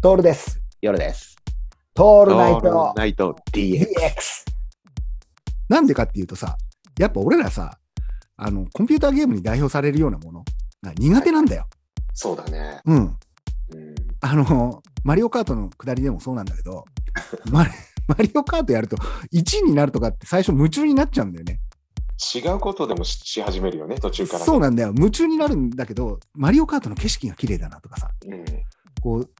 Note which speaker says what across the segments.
Speaker 1: トールです。
Speaker 2: 夜です。
Speaker 1: ト
Speaker 2: オ
Speaker 1: ールナイト
Speaker 2: ナイト DX。
Speaker 1: DX。なんでかっていうとさ、やっぱ俺らさ、あの、コンピューターゲームに代表されるようなものが苦手なんだよ。
Speaker 2: そうだね。
Speaker 1: うん。
Speaker 2: うん。
Speaker 1: あの、マリオカートの下りでもそうなんだけ ど、マリマリオカートやると1位になるとかって最初夢中になっちゃうんだよね。
Speaker 2: 違うことでもしし始めるよね、途中からね、
Speaker 1: そうなんだよ。夢中になるんだけど、マリオカートの景色が綺麗だなとかさ、
Speaker 2: うん
Speaker 1: こう、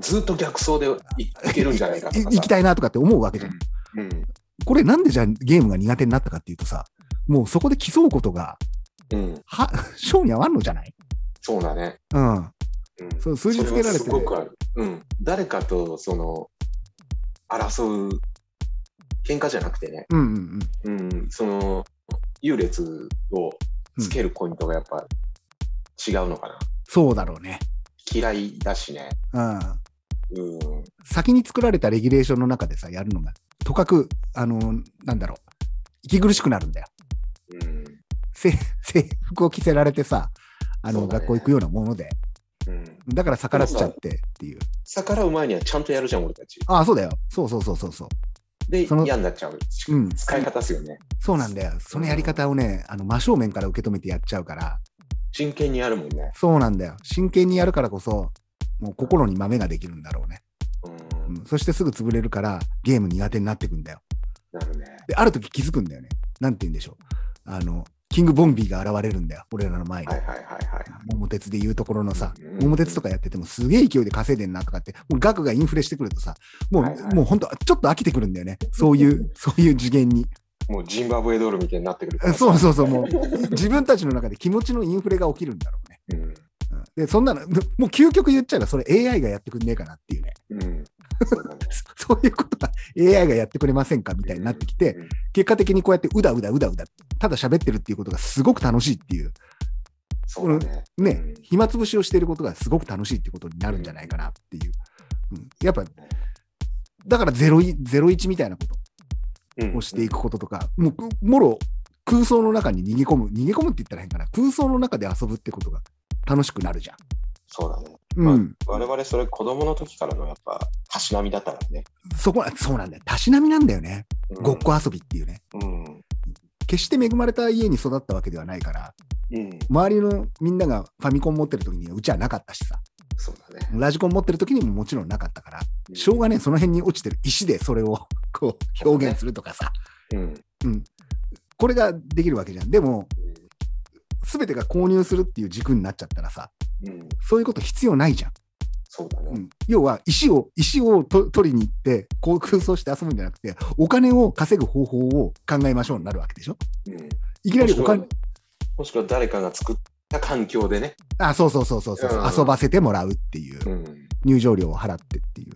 Speaker 2: ずっと逆走でいいけるんじゃないかと
Speaker 1: い
Speaker 2: かさ。
Speaker 1: 行きたいなとかって思うわけじゃん。
Speaker 2: うん。
Speaker 1: これなんでじゃあゲームが苦手になったかっていうとさ、もうそこで競うことが、
Speaker 2: うん。うん。
Speaker 1: は、ショーに合わんのじゃない
Speaker 2: そうだね。
Speaker 1: うん。
Speaker 2: うん。
Speaker 1: そう数字つけられて
Speaker 2: そはすごくある。うん。誰かと、その、争う、喧嘩じゃなくてね、
Speaker 1: うんうんうん。
Speaker 2: うん。その、優劣をつけるポイントがやっぱ違うのかな。
Speaker 1: そうだろうね。
Speaker 2: 嫌いだしね。
Speaker 1: うん。
Speaker 2: うん。
Speaker 1: 先に作られたレギュレーションの中でさ、やるのが、とかく、あの、なんだろう、息苦しくなるんだよ。
Speaker 2: うん。
Speaker 1: 制 制服を着せられてさ、あの、
Speaker 2: そうだね
Speaker 1: 学校行くようなもので。
Speaker 2: うん。
Speaker 1: だから逆らっちゃってっていう。
Speaker 2: 逆らう前にはちゃんとやるじゃん、俺たち。
Speaker 1: ああ、そうだよ。そうそうそうそうそう。
Speaker 2: で、
Speaker 1: その
Speaker 2: 嫌になっちゃう。
Speaker 1: うん
Speaker 2: 使い方ですよね。
Speaker 1: そうなんだよ。そのやり方をね、あの、真正面から受け止めてやっちゃうから、
Speaker 2: 真剣にやるもんね。
Speaker 1: そうなんだよ。真剣にやるからこそ、もう心に豆ができるんだろうね。
Speaker 2: うん。
Speaker 1: うん、そしてすぐ潰れるから、ゲーム苦手になってくんだよ。
Speaker 2: なるね。
Speaker 1: で、ある時気づくんだよね。なんて言うんでしょう。あの、キングボンビーが現れるんだよ。俺らの前に
Speaker 2: は。いはいはいはい。
Speaker 1: 桃鉄で言うところのさ
Speaker 2: うんうんう、ん
Speaker 1: 桃鉄とかやっててもすげえ勢いで稼いでんなとかって、もう額がインフレしてくるとさ、もう、
Speaker 2: はいはい
Speaker 1: もう本当ちょっと飽きてくるんだよね。そういう、そういう次元に。
Speaker 2: もうジンバブエドールみたいになってくるか
Speaker 1: あ
Speaker 2: ら。
Speaker 1: そうそうそう、もう自分たちの中で気持ちのインフレが起きるんだろうね。
Speaker 2: うん。
Speaker 1: うんで、そんなの、もう究極言っちゃえばそれ AI がやってくんねえかなっていうね。
Speaker 2: うん。そうだね。
Speaker 1: そそういうことが AI がやってくれませんかみたいになってきて
Speaker 2: うん、
Speaker 1: 結果的にこうやってうだうだうだうだ、ただ喋ってるっていうことがすごく楽しいっていう。
Speaker 2: そうだね。
Speaker 1: ね、
Speaker 2: うん
Speaker 1: 暇つぶしをしていることがすごく楽しいってことになるんじゃないかなっていう、うん、やっぱだからゼロいゼロ一みたいなこ
Speaker 2: うん
Speaker 1: とをしていくこととか、もうくもろ空想の中に逃げ込む逃げ込むって言ったら変かな空想の中で遊ぶってことが楽しくなるじゃん。
Speaker 2: そうだね。
Speaker 1: うん、
Speaker 2: 我々それ子供の時からのやっぱ、たしなみだったからね。
Speaker 1: そこはそうなんだよたしなみなんだよね、
Speaker 2: うん
Speaker 1: ごっこ遊びっていうね
Speaker 2: うん。
Speaker 1: 決して恵まれた家に育ったわけではないから
Speaker 2: うん。
Speaker 1: 周りのみんながファミコン持ってる時にはうちはなかったしさ
Speaker 2: そうだね。
Speaker 1: ラジコン持ってる時にももちろんなかったからしょうがねその辺に落ちてる石でそれを こう表現するとかさ、
Speaker 2: うん。
Speaker 1: これができるわけじゃん。でも、全てが購入するっていう軸になっちゃったらさ、
Speaker 2: うん。
Speaker 1: そういうこと必要ないじゃん。
Speaker 2: そうだ
Speaker 1: う
Speaker 2: ね。
Speaker 1: ん、要は、石を、石をと取りに行って、こう空想して遊ぶんじゃなくて、お金を稼ぐ方法を考えましょうになるわけでしょ。
Speaker 2: うん。
Speaker 1: いきなりお金、
Speaker 2: もしくは誰かが作った環境でね。
Speaker 1: あ、そうそうそうそうそう、
Speaker 2: うん
Speaker 1: 遊ばせてもらうっていうう、
Speaker 2: ん。
Speaker 1: 入場料を払ってっていう。